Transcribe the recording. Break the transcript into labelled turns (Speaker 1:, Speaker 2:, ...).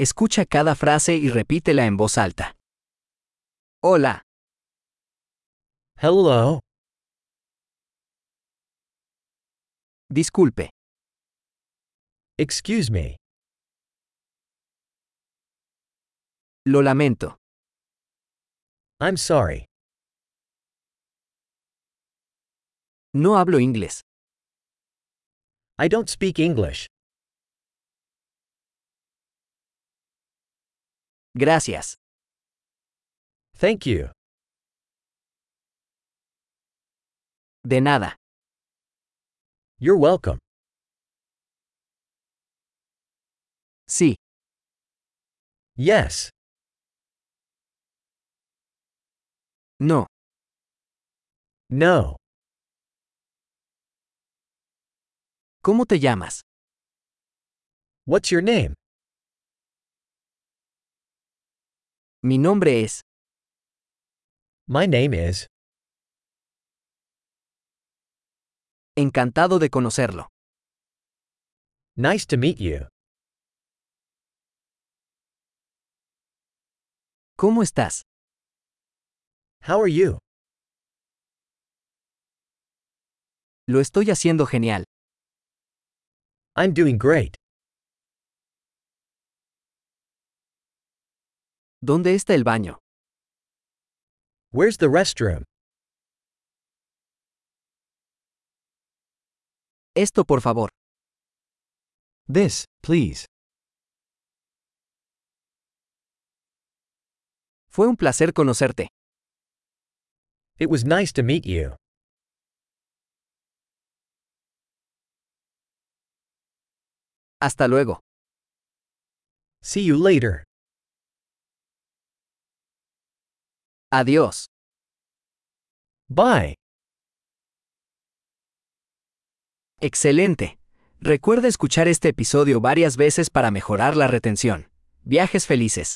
Speaker 1: Escucha cada frase y repítela en voz alta. Hola,
Speaker 2: Hello.
Speaker 1: disculpe,
Speaker 2: Excuse me.
Speaker 1: lo lamento,
Speaker 2: I'm sorry.
Speaker 1: no hablo inglés.
Speaker 2: I don't speak English.
Speaker 1: Gracias,
Speaker 2: Thank you.
Speaker 1: de nada.
Speaker 2: You're welcome.
Speaker 1: Sí,
Speaker 2: Yes.
Speaker 1: no,
Speaker 2: No.
Speaker 1: ¿cómo te llamas?
Speaker 2: What's your name?
Speaker 1: Mi nombre es,
Speaker 2: My name is.
Speaker 1: encantado de conocerlo.
Speaker 2: Nice to meet you.
Speaker 1: ¿Cómo estás?
Speaker 2: How are you?
Speaker 1: Lo estoy haciendo genial.
Speaker 2: I'm doing great.
Speaker 1: ¿Dónde está el baño?
Speaker 2: Where's the restroom?
Speaker 1: Esto por favor.
Speaker 2: This, please.
Speaker 1: Fue un placer conocerte.
Speaker 2: It was nice to meet you.
Speaker 1: Hasta luego.
Speaker 2: See you later.
Speaker 1: Adiós.
Speaker 2: Bye.
Speaker 1: Excelente. Recuerda escuchar este episodio varias veces para mejorar la retención. Viajes felices.